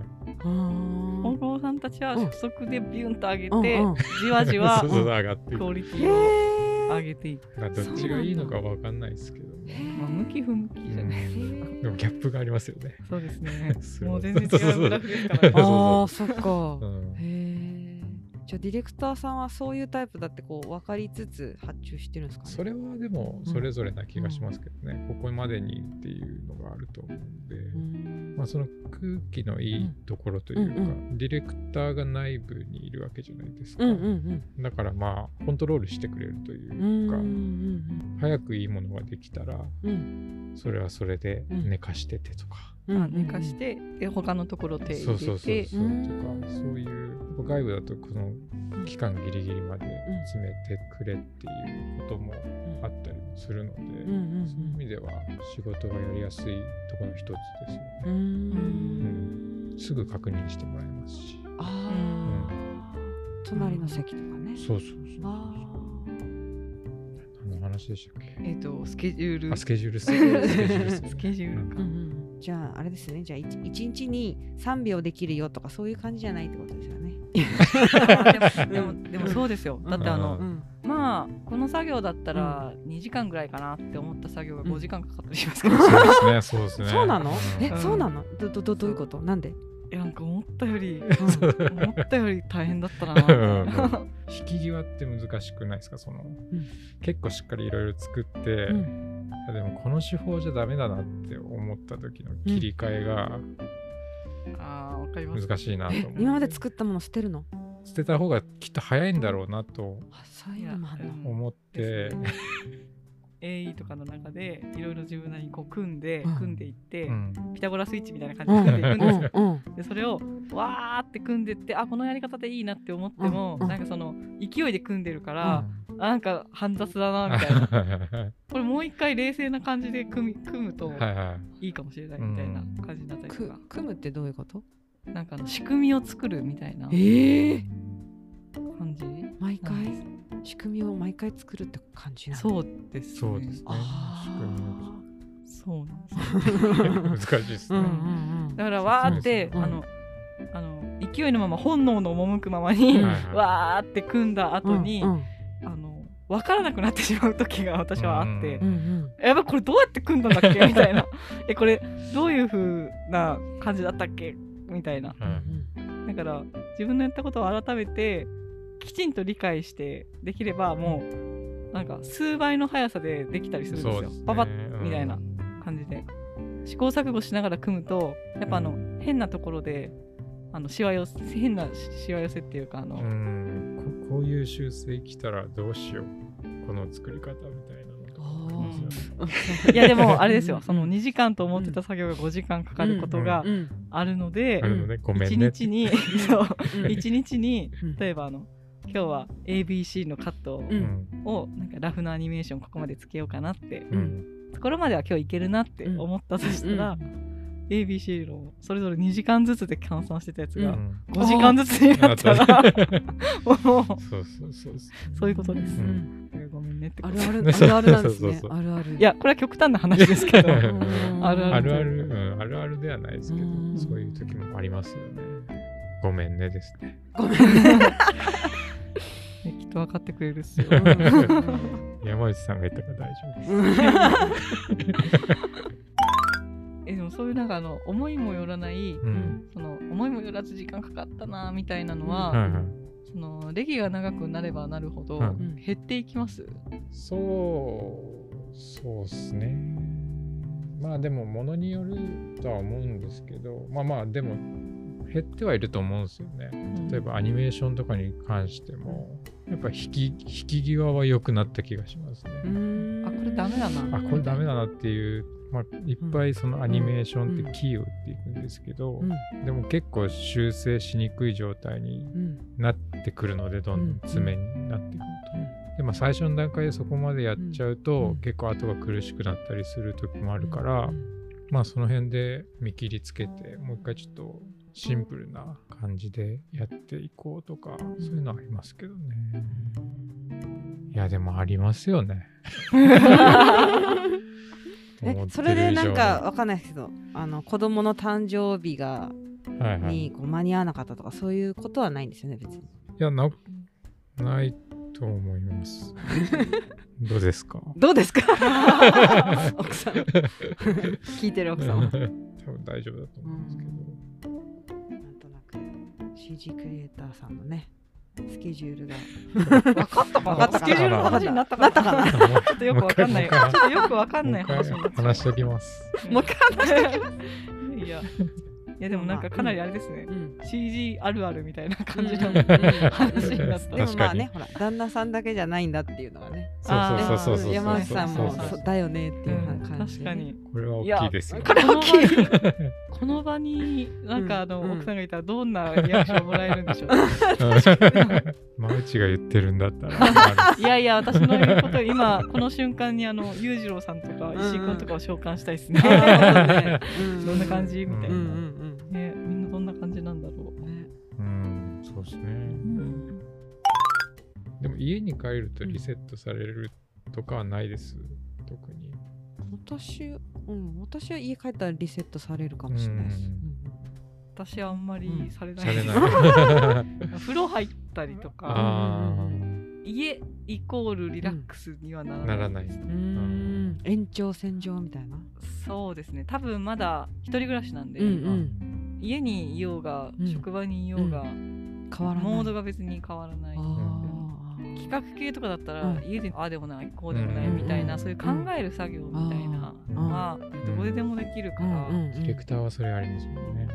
Speaker 2: 大久
Speaker 3: あ
Speaker 2: 保さんたちは
Speaker 3: うん
Speaker 2: 初速でビュンと上げ
Speaker 3: ー
Speaker 2: て、
Speaker 3: うんうん
Speaker 2: じわじわ
Speaker 4: そうそう上がっていく
Speaker 2: クオリテ
Speaker 3: へ
Speaker 2: ィを
Speaker 3: ー
Speaker 2: 上げていく、
Speaker 4: まあどっちがいいのかわかんないですけど、
Speaker 2: まあ、向き不向きじゃない、
Speaker 4: うんでもギャップがありますよね。
Speaker 2: そうですね
Speaker 4: すごい
Speaker 2: もう全然違うグラフですか
Speaker 4: そう
Speaker 2: ら
Speaker 4: そう
Speaker 3: ああそっか
Speaker 4: うん
Speaker 3: へえじゃあディレクターさんはそういうタイプだってこう分かりつつ発注してるんですかね
Speaker 4: それはでもそれぞれな気がしますけどね、ここまでにっていうのがあると思うんで、
Speaker 3: うん
Speaker 4: まあ、その空気のいいところというか、
Speaker 3: うんう
Speaker 4: ディレクターが内部にいるわけじゃないですか、
Speaker 3: うんうん
Speaker 4: だからまあコントロールしてくれるとい
Speaker 3: うんうん
Speaker 4: う
Speaker 3: う
Speaker 4: か、
Speaker 3: ん
Speaker 4: 早くいいものができたら
Speaker 3: うんうん
Speaker 4: それはそれで
Speaker 3: うん
Speaker 4: 寝かしててとか、
Speaker 3: うん
Speaker 2: あ寝かしてで他のところ手
Speaker 4: そう
Speaker 2: 入
Speaker 4: そう
Speaker 2: れ
Speaker 4: そうそ
Speaker 2: て
Speaker 4: う
Speaker 3: うん
Speaker 4: とかそういう外部だとこの期間ギリギリまで詰めてくれっていうこともあったりもするので、
Speaker 3: うんうんうん
Speaker 4: そういう意味では仕事がやりやすいところの一つですよね
Speaker 3: う、ん
Speaker 4: すぐ確認してもらえますし。
Speaker 3: ああ隣の席とかね
Speaker 4: そうそうそう。
Speaker 3: あ
Speaker 4: 何の話でしたっけ
Speaker 2: えっ、とスケジュー
Speaker 4: あ
Speaker 2: ル
Speaker 4: スケジュールス
Speaker 3: ケジュール
Speaker 4: スケジュールっすね
Speaker 2: スケジュール
Speaker 3: あじゃああれですねじゃあいち一日に3秒できるよとかそういう感じじゃないってことですよね
Speaker 2: かで もでもでもそうですよだってあの、
Speaker 4: うん
Speaker 3: ん
Speaker 2: まあこの作業だったら2時間ぐらいかなって思った作業が
Speaker 3: うん
Speaker 2: 5時間かかったりします から、
Speaker 4: そうですね、そうですね。
Speaker 3: そうなの
Speaker 4: ん
Speaker 3: えそうなのどどどどういうことなんで
Speaker 2: えなんか思ったよ り
Speaker 3: うん
Speaker 2: 思ったより大変だったなみたいな
Speaker 4: 引き際って難しくないですかその、
Speaker 3: ん
Speaker 4: 結構しっかりいろいろ作って、
Speaker 3: うん
Speaker 4: あでもこの手法じゃダメだなって思った時の切り替えが
Speaker 2: あーわかります
Speaker 4: 難しいなと思う、
Speaker 3: 今まで作ったもの捨てるの
Speaker 4: 捨てた方がきっと早いんだろうなと
Speaker 3: あそういうのもあんの
Speaker 2: うん
Speaker 4: 思って
Speaker 2: です、ね AE とかの中でいろいろ自分なりにこう組んで、
Speaker 3: うん
Speaker 2: 組んでいって、
Speaker 4: うん
Speaker 2: ピタゴラスイッチみたいな
Speaker 3: うん
Speaker 2: 感
Speaker 3: う
Speaker 2: じで組んでいくんですよ、
Speaker 3: んうん
Speaker 2: でそれをわーって組んでってあこのやり方でいいなって思っても、
Speaker 3: うんうん
Speaker 2: なんかその勢いで組んでるから、あなんか煩雑だなみたい なこれもう一回冷静な感じで組み組むと
Speaker 4: はいはい
Speaker 2: いいかもしれないみたいな感じになったりと
Speaker 3: く
Speaker 2: か、
Speaker 3: 組むってどういうこと
Speaker 2: なんかあの仕組みを作るみたいな
Speaker 3: ええ
Speaker 2: 感じ
Speaker 3: 毎
Speaker 2: なん
Speaker 3: 回
Speaker 2: です
Speaker 3: 仕組みを毎回作るって感じなの
Speaker 2: そうです、ね、
Speaker 4: そうですね
Speaker 3: あ
Speaker 4: 仕組みを
Speaker 3: あ
Speaker 2: そうなんです
Speaker 4: 難しいですね。
Speaker 2: だからわーって、
Speaker 3: うん
Speaker 2: あのあの勢いのまま本能の赴くままに、
Speaker 4: は
Speaker 3: うん
Speaker 4: いはい
Speaker 2: わーって組んだ後に、
Speaker 3: うん
Speaker 2: あの分からなくなってしまう時が私はあって、
Speaker 4: うん
Speaker 3: うんうん
Speaker 2: やばいこれどうやって組んだんだっけみたいな えこれどういう風な感じだったっけみたいな
Speaker 4: はい
Speaker 2: だから自分のやったことを改めてきちんと理解してできればもうなんか数倍の速さでできたりするんです
Speaker 4: そう
Speaker 2: よ。
Speaker 4: ですね
Speaker 2: パパッみたいな
Speaker 4: うん
Speaker 2: 感じで試行錯誤しながら組むとやっぱあの変なところであのしわ寄せ変なしわ寄せっていうかあの、
Speaker 4: うんここういう修正来たらどうしようこの作り方みたいなのとか
Speaker 3: あ
Speaker 2: ー
Speaker 4: ですよね
Speaker 2: いやでもあれです
Speaker 3: う
Speaker 2: よ
Speaker 3: ん
Speaker 2: その2時間と思ってた作業が5時間かかることが
Speaker 3: うん
Speaker 2: あるので
Speaker 4: あのねごめん
Speaker 2: 1
Speaker 4: ね
Speaker 2: 日に そう
Speaker 3: うん
Speaker 2: 1日に
Speaker 3: うん
Speaker 2: 例えばあの今日は ABC のカット
Speaker 3: う
Speaker 4: うんん
Speaker 2: をなんかラフのアニメーションここまでつけようかなって
Speaker 4: うん
Speaker 2: ところまでは今日いけるなって思ったとしたら、
Speaker 3: うん
Speaker 2: ABC のそれぞれ2時間ずつで換算してたやつ
Speaker 4: う
Speaker 2: が
Speaker 4: ん
Speaker 2: 5時間ずつになった
Speaker 4: あ
Speaker 2: ら、も う
Speaker 4: そうそうそうそ
Speaker 2: そういうことです
Speaker 4: う。ん
Speaker 2: ごめんねって
Speaker 3: あ
Speaker 2: こ
Speaker 3: る
Speaker 2: と。
Speaker 3: ある
Speaker 4: ね
Speaker 3: あるあるなんです
Speaker 4: そうそう
Speaker 3: ね
Speaker 4: そう
Speaker 3: あるある
Speaker 2: いやこれは極端な話です け
Speaker 4: う
Speaker 2: ど
Speaker 3: うん
Speaker 2: ある
Speaker 4: うあ
Speaker 2: あ
Speaker 4: る
Speaker 2: る
Speaker 4: ある、うん、あるあるではないですけど
Speaker 3: うん
Speaker 4: そういう時もありますよねごめんねですね
Speaker 3: ごめんね
Speaker 2: ねきっと分かってくれるっすよ。
Speaker 4: 山内さんが言ったから大丈夫です
Speaker 3: うんうん
Speaker 2: えでもそういうなんかあの思いもよらない、
Speaker 4: うん
Speaker 2: その思いもよらず時間かかったなみたいなのは、
Speaker 3: うん
Speaker 4: はいはい
Speaker 2: その歴が長くなればなるほど、
Speaker 4: うん
Speaker 2: 減っていきます。
Speaker 4: そうそうっすねまあでもものによるとは思うんですけどまあまあでも減ってはいると思うんですよね例えばアニメーションとかに関してもやっぱ引き引き際は良くなった気がしますね、
Speaker 3: うん
Speaker 2: あこれダメだな
Speaker 4: あこれダメだなっていう、まあ、いっぱいそのアニメーションってキーを打っていくんですけど、
Speaker 3: うん
Speaker 4: でも結構修正しにくい状態に
Speaker 3: うん
Speaker 4: なってくるのでどんどん爪になってくると、でまあ最初の段階でそこまでやっちゃうと、
Speaker 3: うん
Speaker 4: 結構後が苦しくなったりする時もあるから、まあその辺で見切りつけてもう一回ちょっとシンプルな感じでやっていこうとか、そういうのはありますけどねいやでもありますよね
Speaker 3: え
Speaker 4: 思ってる以上に
Speaker 3: それでなんかわかんないですけどあの子供の誕生日が
Speaker 4: はいはい、い
Speaker 3: にこう間に合わなかったとかそういうことはないんですよね別に
Speaker 4: やなないと思いますどうですか
Speaker 3: どうですか奥さん聞いてる奥さん は
Speaker 4: 多分大丈夫だと思うんですけど、
Speaker 3: なんとなく CG クリエイターさんのねスケジュールが分かった
Speaker 4: かな
Speaker 2: スケジュールの話になったか
Speaker 3: なった かな
Speaker 4: もう
Speaker 2: ちょっとよくわかんない。ち
Speaker 4: もう
Speaker 2: ょ
Speaker 4: 一回
Speaker 2: っとよくわかん
Speaker 4: もう
Speaker 2: ない
Speaker 4: 一回
Speaker 2: 話になっちゃ
Speaker 4: 話しておきます。
Speaker 2: う。
Speaker 3: もう一回話して
Speaker 2: いやいや。いやでもなんかかなりあれですね。CG あるあるみたいな感じの
Speaker 3: うん
Speaker 2: 話になった。
Speaker 3: でも ま
Speaker 4: 確か
Speaker 3: あ
Speaker 4: に
Speaker 3: ねほら旦那さんだけじゃないんだっていうのがね
Speaker 2: あー
Speaker 4: そうそうそうそうそうそう。
Speaker 3: 山内さんも
Speaker 4: そうそう
Speaker 3: そうだよねって
Speaker 2: う
Speaker 3: いうん感じ
Speaker 2: 確
Speaker 3: で
Speaker 2: か
Speaker 3: ね
Speaker 2: に。
Speaker 4: これは大きいですよ。
Speaker 2: これ大きい。 この場になんかあ
Speaker 3: う
Speaker 2: の
Speaker 3: ん
Speaker 2: 奥さんがいたらどんなリアクションもらえるんでしょう。
Speaker 4: マウチが言ってるんだったら。
Speaker 2: いやいや私の言うこと今この瞬間にあの裕次郎さんとか石井君とかを召喚したいですね。
Speaker 3: あ ー
Speaker 2: どんな感じみたい
Speaker 3: うんう
Speaker 2: な。
Speaker 3: ん
Speaker 2: ねみんなどんな感じなんだろう。ね。
Speaker 4: うん、そうですね。でも家に帰るとリセットされるとかはないです。特に。
Speaker 3: 私うん私は家帰ったらリセットされるかもしれないです
Speaker 4: うん
Speaker 2: 私はあんまりされない
Speaker 4: され
Speaker 2: です。
Speaker 4: ない。
Speaker 2: 風呂入ったりとか
Speaker 4: あ
Speaker 2: 家イコールリラックスにはな
Speaker 4: あ、
Speaker 2: ら
Speaker 4: な
Speaker 2: な
Speaker 4: ら
Speaker 2: い
Speaker 4: ない。
Speaker 3: うんうん延長線上みたいな
Speaker 2: そうですね多分まだ一人暮らしなんで、
Speaker 3: うん
Speaker 4: う
Speaker 2: 家にいようが、
Speaker 3: うん
Speaker 2: 職場にいようが、
Speaker 3: 変わらない
Speaker 2: モードが別に変わらない
Speaker 3: あー
Speaker 2: 企画系とかだったら、
Speaker 3: うん
Speaker 2: 家でああでもないこうでもない
Speaker 4: うん
Speaker 2: みたいな、
Speaker 3: うん
Speaker 2: そういう考える作業みたいなのは、どこででもできるか
Speaker 3: う
Speaker 2: ら、
Speaker 3: んうんうん
Speaker 4: ディレクターはそれありですもんね。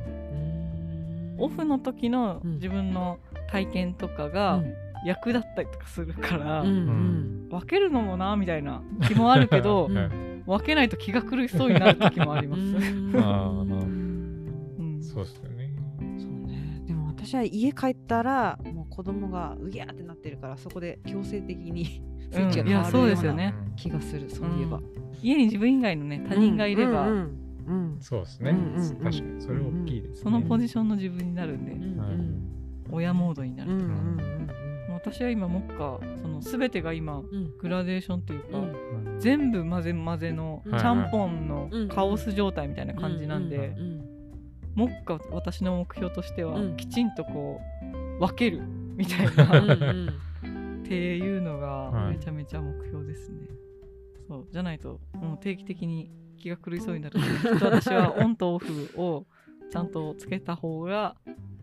Speaker 2: オフの時の
Speaker 3: うん
Speaker 2: 自分の体験とかが役立ったりとかするから、
Speaker 3: うんうん
Speaker 2: 分けるのもなみたいな気もあるけ ど
Speaker 3: うん
Speaker 2: 分けないと気が狂いそうになる時もあり
Speaker 3: う
Speaker 2: ます。
Speaker 3: ん
Speaker 4: あー
Speaker 2: うん
Speaker 4: そうですよね。
Speaker 3: そうねでも私は家帰ったらもう子供がうぎゃーってなってるからそこで強制的にスイッチ
Speaker 2: い
Speaker 3: が変
Speaker 2: や
Speaker 3: わる
Speaker 2: そう
Speaker 3: よ
Speaker 2: で
Speaker 3: う
Speaker 2: すよ
Speaker 3: な
Speaker 2: ね
Speaker 3: 気がするそういえば
Speaker 2: 家に自分以外のね他人がいれば、
Speaker 3: うんうん
Speaker 4: そうですね。
Speaker 3: うんうんうん
Speaker 4: 確かにそれ大きいですね。
Speaker 2: そのポジションの自分になるんで、
Speaker 3: うん
Speaker 4: はい
Speaker 2: 親モードにな
Speaker 3: うんうんう
Speaker 2: る、
Speaker 3: ん
Speaker 2: もう私は今もっかその全てが今
Speaker 3: うんうん
Speaker 2: グラデーションというか、
Speaker 3: うん
Speaker 4: うん
Speaker 2: 全部混ぜ混ぜの
Speaker 3: う
Speaker 2: ち
Speaker 3: ん
Speaker 2: ゃんぽんの
Speaker 3: うん
Speaker 2: カオス状態みたいな感じなんで
Speaker 3: うん
Speaker 2: 目下私の目標としては
Speaker 3: うん
Speaker 2: きちんとこう分けるみたい
Speaker 3: うんう
Speaker 2: なっ
Speaker 3: んうん
Speaker 2: ていうのが
Speaker 4: はい
Speaker 2: めちゃめちゃ目標ですね。そうじゃないともう定期的に気が狂いそうになるのできっと私はオンとオフをちゃんとつけた方が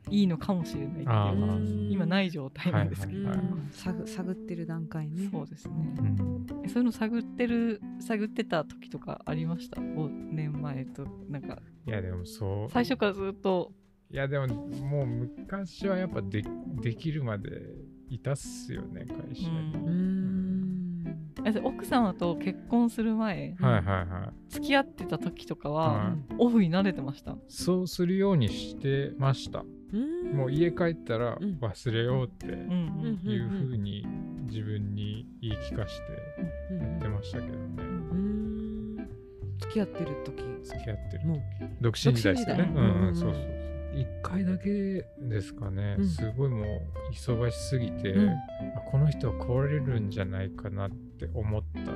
Speaker 2: いいのかもしれないって
Speaker 4: あ
Speaker 2: い
Speaker 4: ー
Speaker 2: う今ない状態なんですけど、
Speaker 3: うん探探ってる段階ね
Speaker 2: そうですね
Speaker 4: う。ん
Speaker 2: えそういうの探ってる探ってた時とかありました5年前となんか
Speaker 4: いやでもそう
Speaker 2: 最初からずっと
Speaker 4: いやでももう昔はやっぱでできるまでいたっすよね会社に、
Speaker 3: うーん
Speaker 2: えそれ奥様と結婚する前
Speaker 4: はいはいはい
Speaker 2: 付き合ってた時とか
Speaker 4: う
Speaker 2: は
Speaker 4: ん
Speaker 2: オフに慣れてました
Speaker 4: そうするようにしてました
Speaker 3: うん
Speaker 4: もう家帰ったら
Speaker 3: うん
Speaker 4: 忘れようって
Speaker 2: うんうん
Speaker 4: いう風に自分に言い聞かして
Speaker 3: うん
Speaker 4: やってましたけどね
Speaker 3: うーん付き合ってる時
Speaker 4: 付き合ってる
Speaker 3: もう
Speaker 4: 独身時代ですよねうん
Speaker 2: 独身時代
Speaker 4: う
Speaker 3: う
Speaker 4: んんそうそう一回だけですかね、
Speaker 3: うん
Speaker 4: すごいもう忙しすぎて、
Speaker 3: うん
Speaker 4: あこの人は壊れるんじゃないかなって思ったって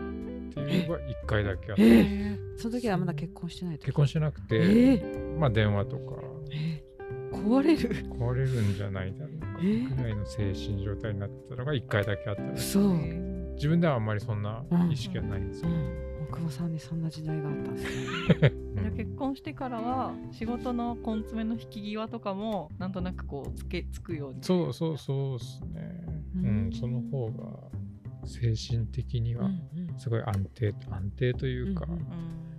Speaker 4: いうのが一回だけあって、
Speaker 3: えーその時はまだ結婚してない時
Speaker 4: 結婚してなくて、
Speaker 3: え
Speaker 4: まあ電話とか
Speaker 3: ーえー壊れる
Speaker 4: 壊れるんじゃないだろうか
Speaker 3: えー
Speaker 4: ぐらいの精神状態になってたのが一回だけあったんです
Speaker 3: 嘘う
Speaker 2: へ
Speaker 3: ん
Speaker 2: ー
Speaker 4: 自分ではあんまりそんな意識はないんですよ、
Speaker 3: 大久保さんにそんな時代があったんですね
Speaker 4: うん
Speaker 2: じゃあ結婚してからは仕事の根詰めの引き際とかもなんとなくこうつけつくように
Speaker 4: そうそうそうですねうん、
Speaker 3: うん
Speaker 4: その方が精神的にはすごい安定安定というか、
Speaker 3: うんうん
Speaker 2: うん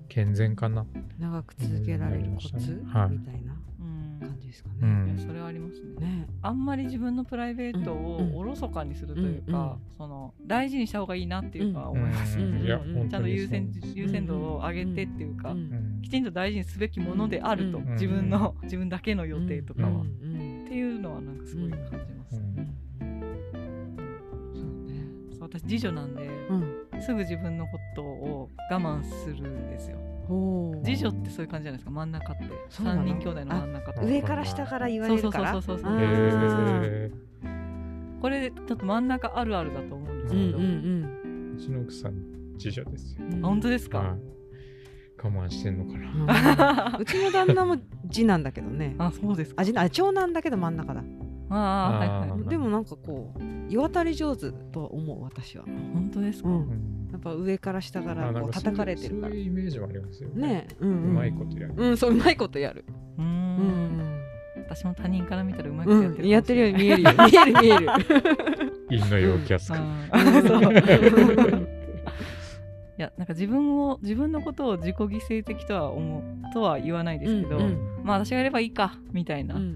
Speaker 4: 健全かな
Speaker 3: 長く続けられるコツ
Speaker 4: うんはい
Speaker 3: みたいな
Speaker 2: うん
Speaker 3: 感じですか
Speaker 4: う
Speaker 3: ね
Speaker 2: いや
Speaker 4: ん
Speaker 2: それはありますね
Speaker 3: ね
Speaker 2: あんまり自分のプライベート
Speaker 3: うんうん
Speaker 2: をおろそかにするというか、その大事にした方がいいなっていうか
Speaker 4: う
Speaker 2: 思い
Speaker 4: ん
Speaker 2: ます、
Speaker 3: うん
Speaker 4: いや
Speaker 3: うん
Speaker 4: 本
Speaker 2: ちゃ
Speaker 4: 当
Speaker 2: んと
Speaker 4: に
Speaker 2: 優先
Speaker 4: そう
Speaker 2: 優先度を上げてっていうか、
Speaker 3: うん
Speaker 4: うん
Speaker 2: きちんと大事にすべきものであると、
Speaker 3: うん
Speaker 2: 自分の自分だけの予定とかは、
Speaker 4: うん
Speaker 3: うん
Speaker 2: っていうのはなんかすごい感じま
Speaker 4: う
Speaker 2: す、
Speaker 4: ん
Speaker 3: うん
Speaker 2: そう私次女なんで
Speaker 3: そうねうん
Speaker 2: すぐ自分のことを我慢するんですよ
Speaker 3: ほう
Speaker 2: 次女ってそういう感じじゃないですか真ん中って
Speaker 3: そうなの
Speaker 2: 三人兄弟の真ん中って
Speaker 4: あ
Speaker 3: 上から下から言われるから
Speaker 2: そうそうそうそうそう
Speaker 3: あ
Speaker 4: へ
Speaker 3: ー
Speaker 4: え
Speaker 2: これちょっと真ん中あるあるだと思うんですけ
Speaker 3: うん
Speaker 2: ど、
Speaker 3: うん
Speaker 4: うちの奥さん自社ですよ、
Speaker 3: うん
Speaker 2: あ本当ですか、
Speaker 4: はい我慢してんのかな
Speaker 3: うんうちの旦那も次男だけどね
Speaker 2: あそうですか
Speaker 3: あ次男あ長男だけど真ん中だ
Speaker 2: ああはいはい
Speaker 4: あー
Speaker 3: でもなんかこう世渡り上手と思う私は、
Speaker 2: 本当ですか、
Speaker 3: うん
Speaker 4: うん
Speaker 3: やっぱ上から下か
Speaker 4: あ
Speaker 3: ら
Speaker 4: なん
Speaker 3: こう
Speaker 4: そう
Speaker 3: 叩かれてるから
Speaker 4: そういうイメージもありますよね
Speaker 3: ねえう
Speaker 4: うんまいことやる、
Speaker 3: うん、うん、そううまいことやる
Speaker 2: うー
Speaker 3: うんん、
Speaker 2: 私も他人から見たらうまいことやってるかもしれ
Speaker 3: う、
Speaker 2: なんい
Speaker 3: やってるよう に見えるよ見える見える
Speaker 4: 陰の陽キャスク、
Speaker 2: あ
Speaker 3: う
Speaker 2: ー そうんいやなんか自分を自分のことを自己犠牲的とは思うとは言わないですけど、
Speaker 3: うんうん
Speaker 2: まあ私がやればいいかみたいな
Speaker 3: うん
Speaker 4: う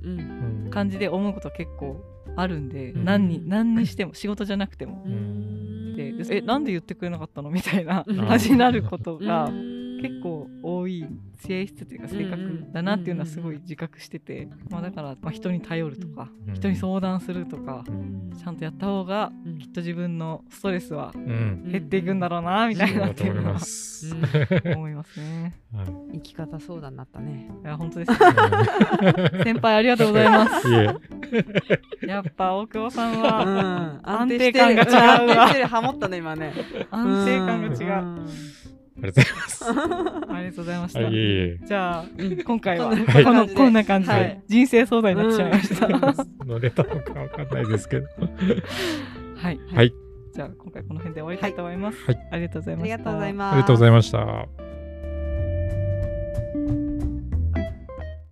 Speaker 4: ん
Speaker 2: 感じで思うことは結構あるんで、
Speaker 4: うん
Speaker 2: 何に何にしても仕事じゃなくても。
Speaker 3: うん
Speaker 2: でえなんで言ってくれなかったのみ たいな
Speaker 3: うん
Speaker 2: 感じになることが
Speaker 3: 結
Speaker 2: 結構多い性質というか性格だなっていうのはすごい自覚してて、まあ、だから、まあ、人に頼るとか、
Speaker 4: うん
Speaker 2: 人に相談するとか、
Speaker 4: うん
Speaker 2: ちゃんとやった方が
Speaker 3: うん
Speaker 2: きっと自分のストレスは
Speaker 4: うん
Speaker 2: 減っていくんだろうなみたい
Speaker 4: そう
Speaker 2: な
Speaker 4: だ
Speaker 2: って
Speaker 4: と
Speaker 2: いう
Speaker 4: 思い
Speaker 2: のは
Speaker 4: ます、
Speaker 3: うん
Speaker 2: 思いま すね。
Speaker 4: はい
Speaker 3: 生き方相談になったね
Speaker 2: いや本当です。先輩ありがとうござい ます。
Speaker 4: いえ
Speaker 2: やっぱ大久保さん
Speaker 3: う
Speaker 2: は
Speaker 3: ん
Speaker 2: 安定感が違うわ
Speaker 3: 安定してるハモったね今ね
Speaker 2: 安定感が違う。
Speaker 4: ありがとうございます。
Speaker 2: ありがとうございまし
Speaker 4: あい
Speaker 2: た。
Speaker 4: えいえ。
Speaker 2: じゃあ
Speaker 3: うん
Speaker 2: 今回は
Speaker 3: こんな
Speaker 2: こ
Speaker 3: 感
Speaker 2: の
Speaker 3: じで
Speaker 2: こんな感じ
Speaker 3: は
Speaker 2: で
Speaker 3: い
Speaker 2: 人生相談になってしまいました。
Speaker 4: 乗れたのかわかんないですけど。
Speaker 2: はい
Speaker 4: はい。
Speaker 2: じゃあ今回この辺で終わりたいと思います。
Speaker 4: はい
Speaker 2: ありがとうござい
Speaker 3: あ
Speaker 2: ま
Speaker 3: り
Speaker 2: した。
Speaker 3: がとうございます
Speaker 4: ありがとうございました。